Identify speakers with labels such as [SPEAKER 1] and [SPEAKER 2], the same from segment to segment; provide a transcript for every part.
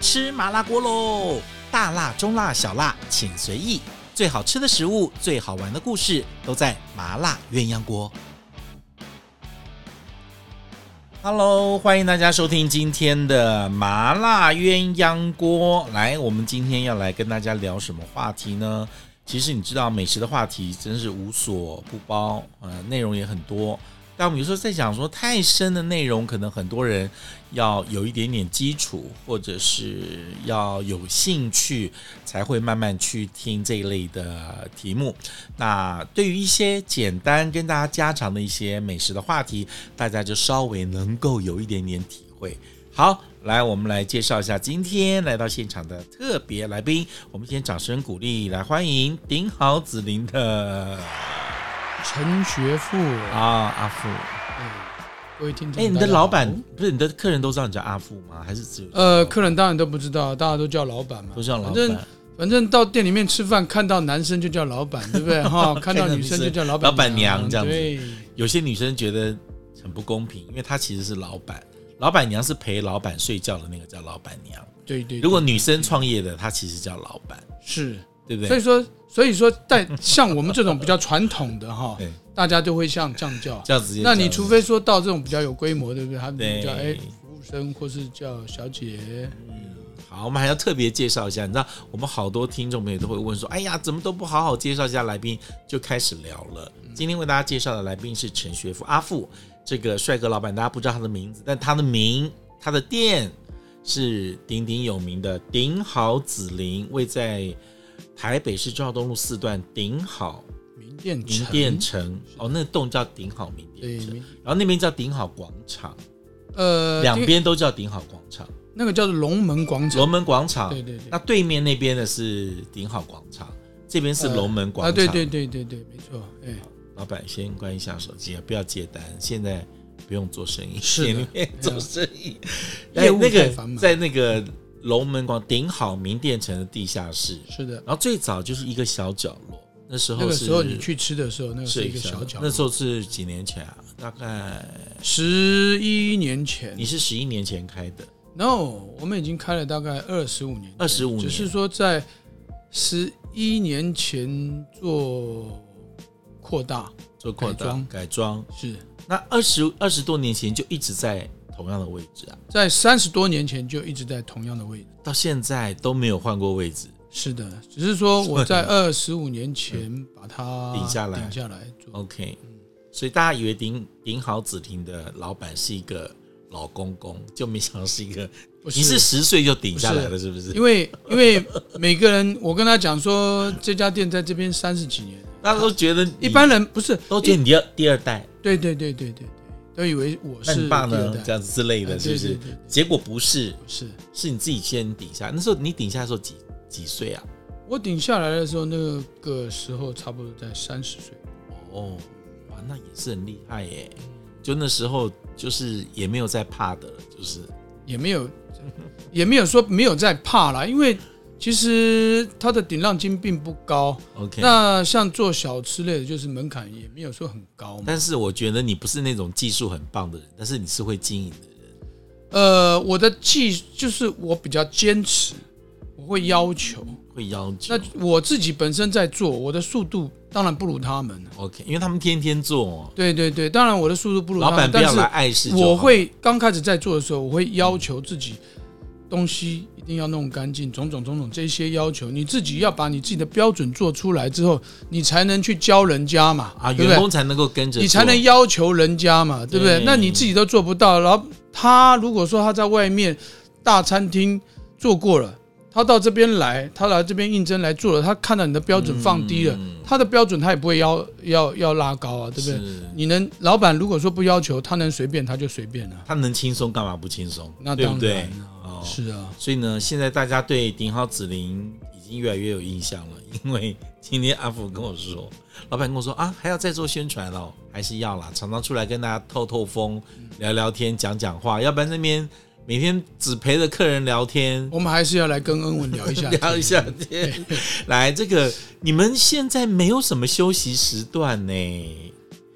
[SPEAKER 1] 吃麻辣锅喽！大辣、中辣、小辣，请随意。最好吃的食物，最好玩的故事，都在麻辣鸳鸯锅。Hello，欢迎大家收听今天的麻辣鸳鸯锅。来，我们今天要来跟大家聊什么话题呢？其实你知道，美食的话题真是无所不包，呃，内容也很多。但我们有时候在想说，太深的内容，可能很多人要有一点点基础，或者是要有兴趣，才会慢慢去听这一类的题目。那对于一些简单跟大家家常的一些美食的话题，大家就稍微能够有一点点体会。好，来，我们来介绍一下今天来到现场的特别来宾。我们先掌声鼓励，来欢迎顶好紫菱的
[SPEAKER 2] 陈学富，
[SPEAKER 1] 啊阿富。
[SPEAKER 2] 各位听众，
[SPEAKER 1] 哎、你的
[SPEAKER 2] 嗯大家
[SPEAKER 1] 老
[SPEAKER 2] 好
[SPEAKER 1] 板不是你的客人都知道你叫阿富吗？还是只有
[SPEAKER 2] 呃，客人当然都不知道，大家都叫老板嘛，
[SPEAKER 1] 都叫老
[SPEAKER 2] 反正
[SPEAKER 1] 板？
[SPEAKER 2] 反正到店里面吃饭，看到男生就叫 老板，对不对？哈，
[SPEAKER 1] 哦
[SPEAKER 2] 看到女生就叫老板
[SPEAKER 1] 老板娘这样子
[SPEAKER 2] 对，
[SPEAKER 1] 有些女生觉得很不公平，因为她其实是老板，老板娘是陪老板睡觉的那个叫老板娘。
[SPEAKER 2] 对对，
[SPEAKER 1] 如
[SPEAKER 2] 对
[SPEAKER 1] 果女生创业的，她其实叫老板，
[SPEAKER 2] 是，
[SPEAKER 1] 对不
[SPEAKER 2] 所
[SPEAKER 1] 对？
[SPEAKER 2] 以说所以说，在像我们这种比较传统的哈
[SPEAKER 1] 对，
[SPEAKER 2] 大家都会像这样叫。
[SPEAKER 1] 这样子就叫，
[SPEAKER 2] 那你除非说到这种比较有规模，对不对？他们
[SPEAKER 1] 对
[SPEAKER 2] 就叫哎服务生，或是叫小姐，
[SPEAKER 1] 好，我们还要特别介绍一下，你知道，我们好多听众朋友都会问说，哎呀，怎么都不好好介绍一下来宾，就开始聊了。
[SPEAKER 2] 嗯
[SPEAKER 1] 今天为大家介绍的来宾是陈学富阿富，这个帅哥老板，大家不知道他的名字，但他的名，他的店是鼎鼎有名的鼎好紫菱，位在台北市中华东路四段鼎好
[SPEAKER 2] 名店
[SPEAKER 1] 名
[SPEAKER 2] 城
[SPEAKER 1] 店城，哦，那栋叫鼎好名店
[SPEAKER 2] 嗯对，
[SPEAKER 1] 城，
[SPEAKER 2] 名
[SPEAKER 1] 然后那边叫鼎好广场，
[SPEAKER 2] 呃，
[SPEAKER 1] 两
[SPEAKER 2] 这个
[SPEAKER 1] 边都叫鼎好广场，
[SPEAKER 2] 那个叫做龙门广场，
[SPEAKER 1] 龙门广场。
[SPEAKER 2] 对对对。
[SPEAKER 1] 那对面那边的是顶好广场，这边是龙门广场。
[SPEAKER 2] 啊，对对，对对对，没错，哎，
[SPEAKER 1] 老板先关一下手机，不要接单，现在不用做生意，
[SPEAKER 2] 是的
[SPEAKER 1] 前面做生意。
[SPEAKER 2] 哎
[SPEAKER 1] 哎
[SPEAKER 2] 呀，
[SPEAKER 1] 那
[SPEAKER 2] 业务太
[SPEAKER 1] 个
[SPEAKER 2] 繁忙
[SPEAKER 1] 在那个龙门广顶好名店城的地下室，
[SPEAKER 2] 是的。
[SPEAKER 1] 然后最早就是一个小角落，那时候
[SPEAKER 2] 那个
[SPEAKER 1] 是
[SPEAKER 2] 时候你去吃的时候，那个是一个小角
[SPEAKER 1] 那
[SPEAKER 2] 落，
[SPEAKER 1] 时候是几年前啊，大概
[SPEAKER 2] 十一年前
[SPEAKER 1] 你是十一年前开的，
[SPEAKER 2] ，no，我们已经开了大概二十五年，
[SPEAKER 1] 25年
[SPEAKER 2] 只是说在十一年前做扩大，
[SPEAKER 1] 做扩
[SPEAKER 2] 改
[SPEAKER 1] 大
[SPEAKER 2] 装
[SPEAKER 1] 改装，
[SPEAKER 2] 是
[SPEAKER 1] 那二十二十多年前就一直在同样的位置啊，
[SPEAKER 2] 在三十多年前就一直在同样的位置，
[SPEAKER 1] 到现在都没有换过位置。
[SPEAKER 2] 是的，只是说我 在二十五年前把它
[SPEAKER 1] 顶下来
[SPEAKER 2] 顶下来做，
[SPEAKER 1] OK，所以大家以为顶顶好紫亭的老板是一个老公公，就没想到是一个
[SPEAKER 2] 不
[SPEAKER 1] 你是十岁就顶下来了，是不是？
[SPEAKER 2] 因为因为每个人，我跟他讲说，这家店在这边三十几年，
[SPEAKER 1] 大家都觉得
[SPEAKER 2] 一般人不是
[SPEAKER 1] 都觉得你第二第二代，
[SPEAKER 2] 对对对对对对，都以为我
[SPEAKER 1] 那
[SPEAKER 2] 是
[SPEAKER 1] 你爸
[SPEAKER 2] 第二
[SPEAKER 1] 呢
[SPEAKER 2] 代？
[SPEAKER 1] 这样子之类的，
[SPEAKER 2] 哎
[SPEAKER 1] 是不
[SPEAKER 2] 对
[SPEAKER 1] 是
[SPEAKER 2] 对对对？
[SPEAKER 1] 结果不是，
[SPEAKER 2] 是
[SPEAKER 1] 是你自己先顶下。那时候你顶下的时候几几岁啊？
[SPEAKER 2] 我顶下来的时候，那个时候差不多在三十岁，
[SPEAKER 1] 哦，哇，那也是很厉害耶！就那时候就是也没有在怕的了，就是
[SPEAKER 2] 也没有 也没有说没有在怕啦，因为其实它的顶浪金并不高，
[SPEAKER 1] OK。
[SPEAKER 2] 那像做小吃类的，就是门槛也没有说很高嘛。
[SPEAKER 1] 但是我觉得你不是那种技术很棒的人，但是你是会经营的人。
[SPEAKER 2] 呃，我的技就是我比较坚持，我会要求。
[SPEAKER 1] 会要求。
[SPEAKER 2] 那我自己本身在做，我的速度当然不如他们。
[SPEAKER 1] OK，因为他们天天做、哦，
[SPEAKER 2] 对对对，当然我的速度不如他
[SPEAKER 1] 老
[SPEAKER 2] 们
[SPEAKER 1] 板，不
[SPEAKER 2] 但
[SPEAKER 1] 要
[SPEAKER 2] 是
[SPEAKER 1] 来碍事就好
[SPEAKER 2] 我会刚开始在做的时候，我会要求自己东西一定要弄干净，种种种种这些要求，你自己要把你自己的标准做出来之后，你才能去教人家嘛，
[SPEAKER 1] 啊，
[SPEAKER 2] 对不
[SPEAKER 1] 员
[SPEAKER 2] 对？
[SPEAKER 1] 工才能够跟着做，
[SPEAKER 2] 你才能要求人家嘛，对不对
[SPEAKER 1] 对？
[SPEAKER 2] 那你自己都做不到，然后他如果说他在外面大餐厅做过了，他到这边来，他来这边应征来做了，他看到你的标准放低了，
[SPEAKER 1] 嗯
[SPEAKER 2] 他的标准他也不会要要要拉高啊，对不对？
[SPEAKER 1] 是
[SPEAKER 2] 你能老板如果说不要求，他能随便他就随便了、
[SPEAKER 1] 他能轻松干嘛不轻松？
[SPEAKER 2] 那
[SPEAKER 1] 对
[SPEAKER 2] 当
[SPEAKER 1] 不
[SPEAKER 2] 然
[SPEAKER 1] 对？
[SPEAKER 2] 啊
[SPEAKER 1] 哦
[SPEAKER 2] 是啊，
[SPEAKER 1] 所以呢，现在大家对顶好紫菱已经越来越有印象了，因为今天阿福跟我说，老板跟我说啊，还要再做宣传哦，还是要啦，常常出来跟大家透透风、聊聊天、讲讲话，要不然那边每天只陪着客人聊天，
[SPEAKER 2] 我们还是要来跟恩文聊一下天。
[SPEAKER 1] 聊一下天。来，这个你们现在没有什么休息时段呢？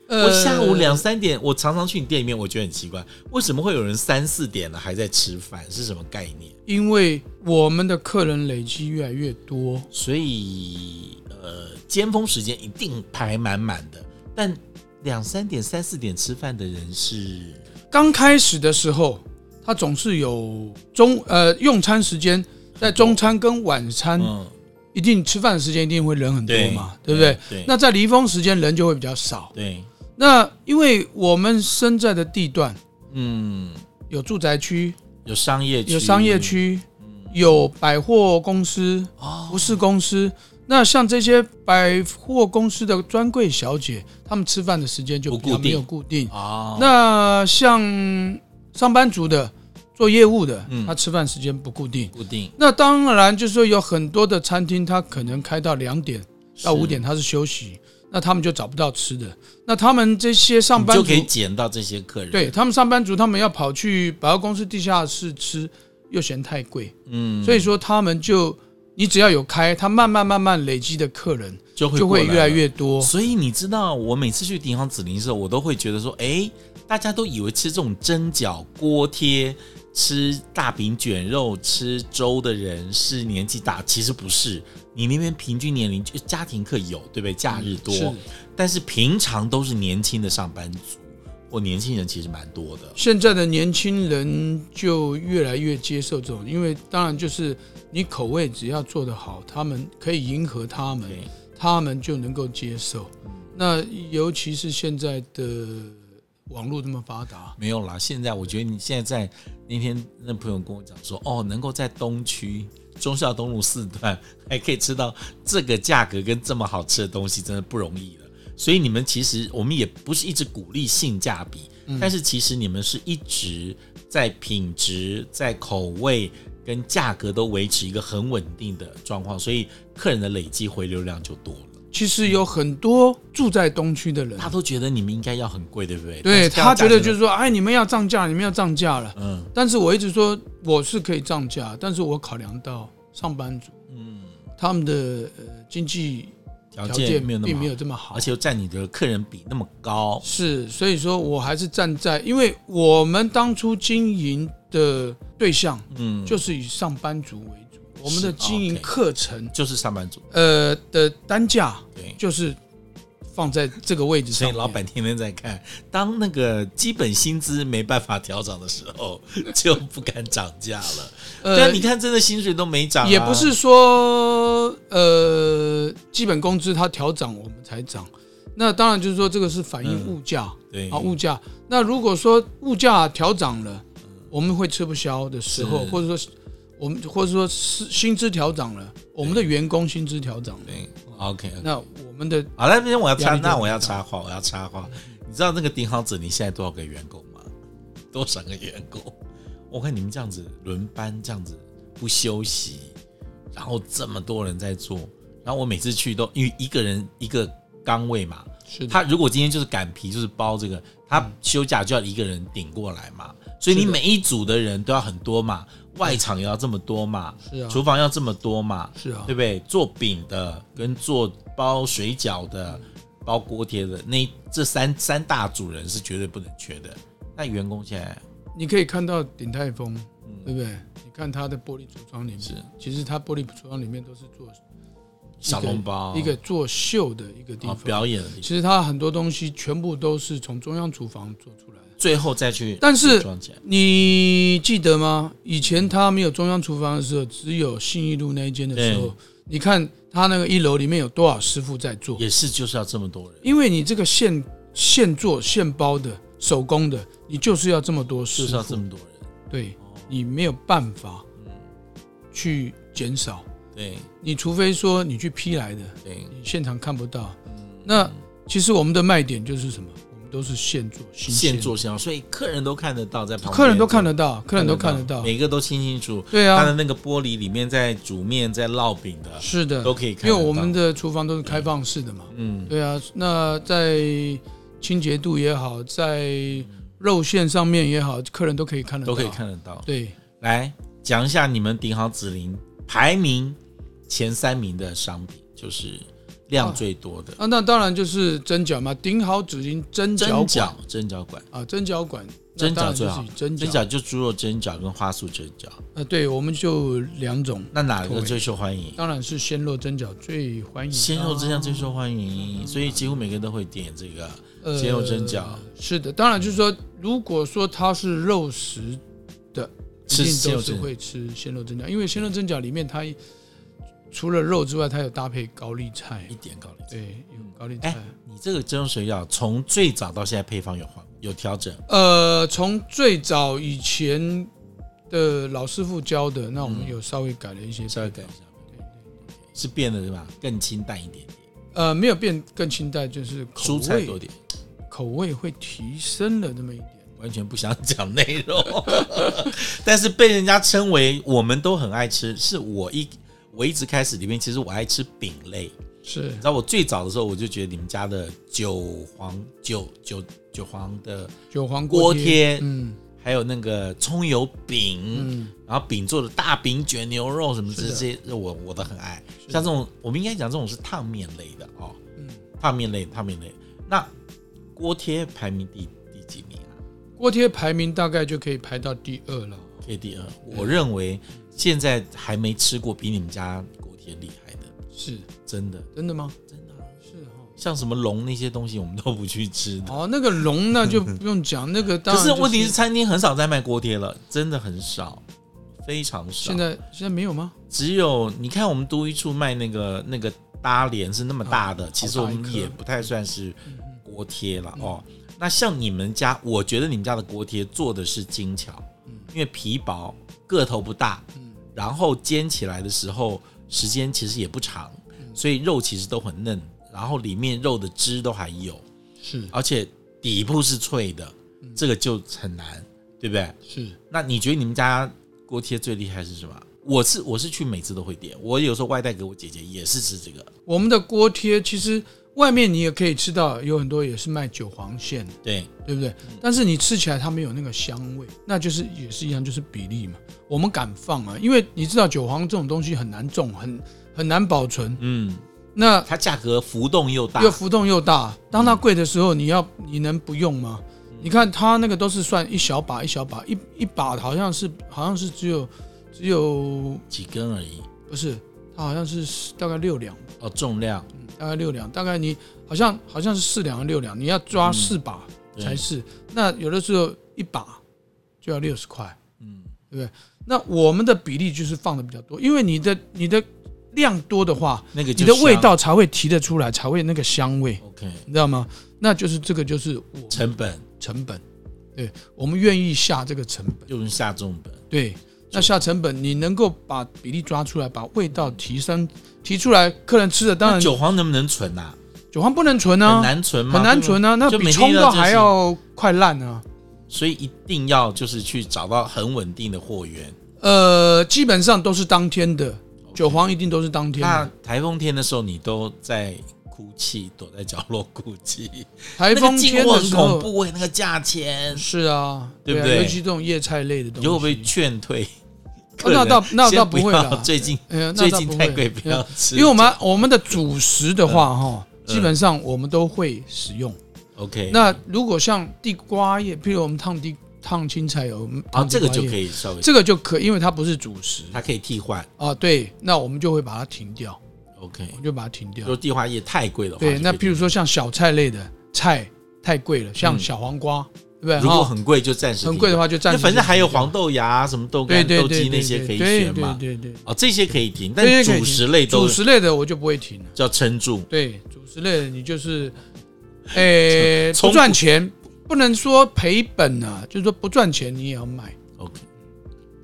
[SPEAKER 2] 呃
[SPEAKER 1] 我下午两三点，我常常去你店里面，我觉得很奇怪，为什么会有人三四点了还在吃饭？是什么概念？
[SPEAKER 2] 因为我们的客人累积越来越多，
[SPEAKER 1] 所以呃，尖峰时间一定排满满的，但两三点、三四点吃饭的人是
[SPEAKER 2] 刚开始的时候，他总是有中呃用餐时间，在中餐跟晚餐、
[SPEAKER 1] 嗯，
[SPEAKER 2] 一定吃饭的时间一定会人很多嘛，对不对？？
[SPEAKER 1] 对，
[SPEAKER 2] 那在离峰时间人就会比较少。
[SPEAKER 1] 对，
[SPEAKER 2] 那因为我们身在的地段
[SPEAKER 1] 嗯，
[SPEAKER 2] 有住宅区、
[SPEAKER 1] 有商业区，嗯
[SPEAKER 2] 有商业区、有百货公司、
[SPEAKER 1] 哦
[SPEAKER 2] 服饰公司。那像这些百货公司的专柜小姐，她们吃饭的时间
[SPEAKER 1] 不
[SPEAKER 2] 就比较
[SPEAKER 1] 固定
[SPEAKER 2] 没有固定。
[SPEAKER 1] 啊，
[SPEAKER 2] 那像上班族的、做业务的
[SPEAKER 1] 嗯，
[SPEAKER 2] 他吃饭时间不固定。
[SPEAKER 1] 固定
[SPEAKER 2] 那当然就是说有很多的餐厅，它可能开到两点到五，点，它是休息，那他们就找不到吃的。那他们这些
[SPEAKER 1] 是
[SPEAKER 2] 上班
[SPEAKER 1] 你就可以
[SPEAKER 2] 族，
[SPEAKER 1] 捡到这些客人。，
[SPEAKER 2] 对他们上班族，他们要跑去百货公司地下室吃，又嫌太贵，
[SPEAKER 1] 嗯，
[SPEAKER 2] 所以说他们就你只要有开，他慢慢慢慢累积的客人
[SPEAKER 1] 就会
[SPEAKER 2] 就
[SPEAKER 1] 过
[SPEAKER 2] 会越来
[SPEAKER 1] 了
[SPEAKER 2] 越多。
[SPEAKER 1] 所以你知道，我每次去鼎行紫林的时候，我都会觉得说，哎，大家都以为吃这种蒸饺、锅贴、吃大饼卷肉、吃粥的人是年纪大，其实不是。你那边平均年龄，就家庭课有，对不对？假日多，
[SPEAKER 2] 嗯是
[SPEAKER 1] 但是平常都是年轻的上班族或年轻人，其实蛮多的。
[SPEAKER 2] 现在的年轻人就越来越接受这种，因为当然就是你口味只要做得好，他们可以迎合他们，
[SPEAKER 1] 对，
[SPEAKER 2] 他们就能够接受。那尤其是现在的网络这么发达，
[SPEAKER 1] 没有啦。现在我觉得你现在在那天那朋友跟我讲说，哦，能够在东区忠孝东路四段还可以吃到这个价格跟这么好吃的东西，真的不容易了。所以你们其实我们也不是一直鼓励性价比，
[SPEAKER 2] 嗯
[SPEAKER 1] 但是其实你们是一直在品质、在口味跟价格都维持一个很稳定的状况，所以客人的累积回流量就多了。
[SPEAKER 2] 其实有很多住在东区的人
[SPEAKER 1] 大，家都觉得你们应该要很贵，对不对？
[SPEAKER 2] 对
[SPEAKER 1] 但是要
[SPEAKER 2] 他觉得就是
[SPEAKER 1] 是
[SPEAKER 2] 说，哎，你们要涨价，你们要涨价了。
[SPEAKER 1] 嗯
[SPEAKER 2] 但是我一直说我是可以涨价，但是我考量到上班族
[SPEAKER 1] 嗯，
[SPEAKER 2] 他们的呃经济
[SPEAKER 1] 条
[SPEAKER 2] 条
[SPEAKER 1] 件
[SPEAKER 2] 件
[SPEAKER 1] 没有那么
[SPEAKER 2] 并
[SPEAKER 1] 好
[SPEAKER 2] 没有这么好
[SPEAKER 1] 而。且又占你的客人比那么高，
[SPEAKER 2] 是，所以说我还是站在，因为我们当初经营的对象
[SPEAKER 1] 嗯，就
[SPEAKER 2] 就是以上班族为主，我们
[SPEAKER 1] 是哦
[SPEAKER 2] 的经营
[SPEAKER 1] OK
[SPEAKER 2] 课程，
[SPEAKER 1] 就是上班族，
[SPEAKER 2] 呃的单价
[SPEAKER 1] 对。
[SPEAKER 2] 就是放在这个位置
[SPEAKER 1] 所
[SPEAKER 2] 上
[SPEAKER 1] 以
[SPEAKER 2] 面。
[SPEAKER 1] 老板天天在看，当那个基本薪资没办法调涨的时候，就不敢涨价了。对啊，
[SPEAKER 2] 呃
[SPEAKER 1] 你看真的薪水都没涨啊、
[SPEAKER 2] 也不是说呃基本工资它调涨我们才涨，那当然就是说这个是反映
[SPEAKER 1] 嗯
[SPEAKER 2] 物价、
[SPEAKER 1] 对
[SPEAKER 2] 啊物价。那如果说物价调涨了，我们会吃不消的时候，
[SPEAKER 1] 是
[SPEAKER 2] 或者说我们或者说是薪资调涨了，我们的员工薪资调涨了，
[SPEAKER 1] 对，OK。
[SPEAKER 2] 那我们的
[SPEAKER 1] 好，那边我要
[SPEAKER 2] 压
[SPEAKER 1] 插，
[SPEAKER 2] 力就
[SPEAKER 1] 那
[SPEAKER 2] 很
[SPEAKER 1] 我要
[SPEAKER 2] 大
[SPEAKER 1] 插话，我要插话。你知道那个丁浩子你现在多少个员工吗？多少个员工？我看你们这样子轮班，这样子不休息，然后这么多人在做，然后我每次去都因为一个人一个岗位嘛，
[SPEAKER 2] 是的
[SPEAKER 1] 他如果今天就是擀皮，就是包这个，他休假就要一个人顶过来嘛，所以你
[SPEAKER 2] 嗯是的
[SPEAKER 1] 每一组的人都要很多嘛，外场也要这么多嘛，
[SPEAKER 2] 是啊
[SPEAKER 1] 厨房要这么多嘛，
[SPEAKER 2] 是啊
[SPEAKER 1] 对不对？做饼的跟做包水饺的、包锅贴的，那这三三大组人是绝对不能缺的。那员工现在
[SPEAKER 2] 你可以看到鼎泰丰，对不对？你看它的玻璃橱窗里
[SPEAKER 1] 嗯是
[SPEAKER 2] 面，其实它玻璃橱窗里面都是做
[SPEAKER 1] 小笼包
[SPEAKER 2] 一个做秀的一个地
[SPEAKER 1] 啊
[SPEAKER 2] 方。
[SPEAKER 1] 哦表演的地方，
[SPEAKER 2] 其实它很多东西全部都是从中央厨房做出来的。
[SPEAKER 1] 最后再去
[SPEAKER 2] 但是
[SPEAKER 1] 装起来。
[SPEAKER 2] 你记得吗？以前它没有中央厨房的时候，只有信义路那一间的时
[SPEAKER 1] 对
[SPEAKER 2] 候，你看它那个一楼里面有多少师傅在做？
[SPEAKER 1] 也是就是要这么多人，
[SPEAKER 2] 因为你这个现现做现包的手工的，你就是要这么多
[SPEAKER 1] 就
[SPEAKER 2] 师
[SPEAKER 1] 是要这
[SPEAKER 2] 傅，
[SPEAKER 1] 么哦嗯多人。
[SPEAKER 2] 对你没有办法去减少。
[SPEAKER 1] 对
[SPEAKER 2] 你除非说你去批来的，
[SPEAKER 1] 对，
[SPEAKER 2] 你现场看不到。
[SPEAKER 1] 嗯
[SPEAKER 2] 那其实我们的卖点就是什么？我们都是现做，新鲜
[SPEAKER 1] 现做现做，所以客人都看得到，在旁边
[SPEAKER 2] 客人都看得到，客人都看得到。
[SPEAKER 1] 每个都清清楚。
[SPEAKER 2] 对
[SPEAKER 1] 他的
[SPEAKER 2] 啊，
[SPEAKER 1] 那个玻璃里面在煮面、在烙饼的，
[SPEAKER 2] 是的，
[SPEAKER 1] 都可以看得
[SPEAKER 2] 因为
[SPEAKER 1] 到。
[SPEAKER 2] 我们的厨房都是开放式的嘛。
[SPEAKER 1] 嗯，
[SPEAKER 2] 对啊，那在清洁度也好，在肉馅上面也好，客人都可以看得到，
[SPEAKER 1] 都可以。看得到。
[SPEAKER 2] 对，
[SPEAKER 1] 来讲一下你们鼎好紫林排名前三名的商品，就是量最多的
[SPEAKER 2] 啊，那当然就是蒸饺嘛，顶好只应蒸
[SPEAKER 1] 蒸
[SPEAKER 2] 饺
[SPEAKER 1] 饺
[SPEAKER 2] 馆、
[SPEAKER 1] 蒸饺馆、
[SPEAKER 2] 啊，蒸饺馆，那
[SPEAKER 1] 蒸
[SPEAKER 2] 当
[SPEAKER 1] 饺最
[SPEAKER 2] 然就是
[SPEAKER 1] 好
[SPEAKER 2] 以，蒸
[SPEAKER 1] 蒸
[SPEAKER 2] 饺
[SPEAKER 1] 饺就猪肉蒸饺跟花素蒸饺，
[SPEAKER 2] 啊，对，我们就两种，
[SPEAKER 1] 那哪个
[SPEAKER 2] 对哦
[SPEAKER 1] 最受欢迎？
[SPEAKER 2] 当然是鲜肉蒸饺最欢迎，
[SPEAKER 1] 鲜肉蒸饺最受欢迎，所以几乎每个人都会点这个。
[SPEAKER 2] 呃
[SPEAKER 1] 鲜肉蒸饺
[SPEAKER 2] 是的，当然就是说，如果说它是肉食的，一
[SPEAKER 1] 吃
[SPEAKER 2] 定
[SPEAKER 1] 鲜
[SPEAKER 2] 都
[SPEAKER 1] 肉
[SPEAKER 2] 是
[SPEAKER 1] 蒸饺
[SPEAKER 2] 会吃鲜肉蒸饺，因为鲜肉蒸饺里面它除了肉之外，它有搭配高丽菜
[SPEAKER 1] 一，点高丽菜。
[SPEAKER 2] 对，有高丽
[SPEAKER 1] 哎
[SPEAKER 2] 菜。
[SPEAKER 1] 你这个蒸肉水饺从最早到现在配方有换有调整，
[SPEAKER 2] 呃，从最早以前的老师傅教的，那我们
[SPEAKER 1] 嗯
[SPEAKER 2] 有稍微改了一些，
[SPEAKER 1] 稍微改一下，是变得对吧？更清淡一点点，
[SPEAKER 2] 呃，没有变更清淡，就是口
[SPEAKER 1] 蔬菜多
[SPEAKER 2] 味
[SPEAKER 1] 点，
[SPEAKER 2] 口味会提升了这么一点。
[SPEAKER 1] 完全不想讲内容， 但是被人家称为我们都很爱吃，是我一我一直开始里面，其实我爱吃饼类。
[SPEAKER 2] 是
[SPEAKER 1] 你知道我最早的时候，我就觉得你们家的韭黄韭韭韭黄的
[SPEAKER 2] 韭黄
[SPEAKER 1] 锅
[SPEAKER 2] 锅贴，
[SPEAKER 1] 贴，
[SPEAKER 2] 嗯
[SPEAKER 1] 还有那个葱油饼，
[SPEAKER 2] 嗯，
[SPEAKER 1] 然后饼做的大饼卷牛肉什么
[SPEAKER 2] 是
[SPEAKER 1] 这
[SPEAKER 2] 的
[SPEAKER 1] 些，我我都很爱。
[SPEAKER 2] 是的
[SPEAKER 1] 像这种，我们应该讲这种是烫面类的哦，
[SPEAKER 2] 嗯
[SPEAKER 1] 烫面类，烫面类。那锅贴排名第第几名啊？
[SPEAKER 2] 锅贴排名大概就可以排到第二了。
[SPEAKER 1] 可以第二。
[SPEAKER 2] 嗯
[SPEAKER 1] 我认为现在还没吃过比你们家锅贴厉害的，
[SPEAKER 2] 是
[SPEAKER 1] 真的
[SPEAKER 2] 真的吗？
[SPEAKER 1] 真的啊。
[SPEAKER 2] 是哦
[SPEAKER 1] 像什么龙那些东西，我们都不去吃的。
[SPEAKER 2] 哦。哦，那个 龙那就不用讲，那个当
[SPEAKER 1] 可
[SPEAKER 2] 然、
[SPEAKER 1] 是
[SPEAKER 2] 就是。
[SPEAKER 1] 问题是，餐厅很少在卖锅贴了，真的很少，非常少。
[SPEAKER 2] 现在现在没有吗？
[SPEAKER 1] 只有你看我们都一处卖那个那个搭帘是那么大的，其实我们也不太算是锅贴了、哦。那像你们家，我觉得你们家的锅贴做的是精巧，因为皮薄，个头不大，然后煎起来的时候时间其实也不长，所以肉其实都很嫩，然后里面肉的汁都还有，
[SPEAKER 2] 是
[SPEAKER 1] 而且底部是脆的，这个就很难，对不对？
[SPEAKER 2] 是，
[SPEAKER 1] 那你觉得你们家锅贴最厉害是什么？我是我是去每次都会点，我有时候外带给我姐姐也是吃这个，
[SPEAKER 2] 我们的锅贴其实外面你也可以吃到，有很多也是卖韭黄馅，
[SPEAKER 1] 对，
[SPEAKER 2] 对不对？
[SPEAKER 1] 嗯
[SPEAKER 2] 但是你吃起来它没有那个香味，那就是也是一样，就是比例嘛。我们敢放啊，因为你知道韭黄这种东西很难种，很很难保存。
[SPEAKER 1] 嗯，
[SPEAKER 2] 那
[SPEAKER 1] 它价格浮动又大
[SPEAKER 2] 又，浮动又大，当它贵的时候，你要你能不用吗？
[SPEAKER 1] 嗯
[SPEAKER 2] 你看它那个都是算一小把一小把，一一把好像是好像是只有只有
[SPEAKER 1] 几根而已，
[SPEAKER 2] 不是，它好像是大概六两，
[SPEAKER 1] 哦，重量
[SPEAKER 2] 嗯大概六两，大概你好像好像是四两还是六两，你要抓
[SPEAKER 1] 嗯
[SPEAKER 2] 四把
[SPEAKER 1] 对
[SPEAKER 2] 才是。那有的时候一把就要六十块，
[SPEAKER 1] 嗯，
[SPEAKER 2] 那我们的比例就是放的比较多，因为你的你的量多的话，
[SPEAKER 1] 那个
[SPEAKER 2] 你
[SPEAKER 1] 就
[SPEAKER 2] 的
[SPEAKER 1] 香
[SPEAKER 2] 味道才会提得出来，才会那个香味，
[SPEAKER 1] ，OK，
[SPEAKER 2] 你知道吗？那就是这个就是我们
[SPEAKER 1] 成本
[SPEAKER 2] 成本，对我们愿意下这个成本，
[SPEAKER 1] 又是下重本，
[SPEAKER 2] 对，那下成本你能够把比例抓出来，把味道提升提出来，客人吃的当
[SPEAKER 1] 那
[SPEAKER 2] 然
[SPEAKER 1] 韭黄能不能存啊？
[SPEAKER 2] 韭黄不能存啊，
[SPEAKER 1] 很难存吗？
[SPEAKER 2] 很难存啊，那
[SPEAKER 1] 就
[SPEAKER 2] 比
[SPEAKER 1] 每天
[SPEAKER 2] 葱
[SPEAKER 1] 要
[SPEAKER 2] 爆
[SPEAKER 1] 就是
[SPEAKER 2] 还要快烂啊。
[SPEAKER 1] 对不对，所以一定要就是去找到很稳定的货源。
[SPEAKER 2] 呃，基本上都是当天的，韭黄一定都是当天
[SPEAKER 1] 那
[SPEAKER 2] 的。
[SPEAKER 1] 台风天的时候，你都在哭泣，躲在角落哭泣，那
[SPEAKER 2] 台风
[SPEAKER 1] 个进
[SPEAKER 2] 天
[SPEAKER 1] 货
[SPEAKER 2] 的
[SPEAKER 1] 很
[SPEAKER 2] 时
[SPEAKER 1] 恐
[SPEAKER 2] 候，
[SPEAKER 1] 怖哎，那个价钱，
[SPEAKER 2] 是啊，
[SPEAKER 1] 对不
[SPEAKER 2] 啊
[SPEAKER 1] 对
[SPEAKER 2] 尤其这种叶菜类的东
[SPEAKER 1] 你
[SPEAKER 2] 西，
[SPEAKER 1] 会不会劝退
[SPEAKER 2] 哦
[SPEAKER 1] 客人？
[SPEAKER 2] 那倒那倒
[SPEAKER 1] 先
[SPEAKER 2] 不会
[SPEAKER 1] 要
[SPEAKER 2] 了。
[SPEAKER 1] 最近
[SPEAKER 2] 哎呀，那
[SPEAKER 1] 最
[SPEAKER 2] 倒
[SPEAKER 1] 近
[SPEAKER 2] 不
[SPEAKER 1] 太
[SPEAKER 2] 会
[SPEAKER 1] 贵，不要吃。
[SPEAKER 2] 因为我们我们的主食的话，
[SPEAKER 1] 嗯
[SPEAKER 2] 哈，基本上我们都会使用。
[SPEAKER 1] OK，啊
[SPEAKER 2] 那如果像地瓜叶，譬如我们烫地烫青菜油，
[SPEAKER 1] 啊
[SPEAKER 2] 烫
[SPEAKER 1] 这个就
[SPEAKER 2] 以，
[SPEAKER 1] 可以稍微，
[SPEAKER 2] 这个就可以，因为它不是主食
[SPEAKER 1] 它可以替换。
[SPEAKER 2] 啊。对，那我们就会把它停掉，
[SPEAKER 1] OK，
[SPEAKER 2] 我们就把它停掉
[SPEAKER 1] 如。果地花叶太贵的话，
[SPEAKER 2] 对，
[SPEAKER 1] 就
[SPEAKER 2] 那
[SPEAKER 1] 可以
[SPEAKER 2] 譬如说像小菜类的菜太贵了，像
[SPEAKER 1] 嗯
[SPEAKER 2] 小黄瓜，对不
[SPEAKER 1] 如
[SPEAKER 2] 对？
[SPEAKER 1] 果
[SPEAKER 2] 哈，
[SPEAKER 1] 很贵就暂时
[SPEAKER 2] 很贵的
[SPEAKER 1] 话，
[SPEAKER 2] 话就
[SPEAKER 1] 那
[SPEAKER 2] 暂时。
[SPEAKER 1] 反正还有黄，豆芽、什么豆
[SPEAKER 2] 对
[SPEAKER 1] 干、
[SPEAKER 2] 对
[SPEAKER 1] 豆
[SPEAKER 2] 对
[SPEAKER 1] 鸡
[SPEAKER 2] 对
[SPEAKER 1] 那
[SPEAKER 2] 对
[SPEAKER 1] 些可以
[SPEAKER 2] 对
[SPEAKER 1] 选嘛。
[SPEAKER 2] 对对对，
[SPEAKER 1] 哦，这些可以停，但
[SPEAKER 2] 这些可以
[SPEAKER 1] 主
[SPEAKER 2] 停
[SPEAKER 1] 食类都
[SPEAKER 2] 主食类的我就不会停了。
[SPEAKER 1] 要撑住。
[SPEAKER 2] 对，主食类的你就是， 诶、
[SPEAKER 1] 从
[SPEAKER 2] 不赚钱，不能说赔本啊，就是说不赚钱你也要买。
[SPEAKER 1] OK，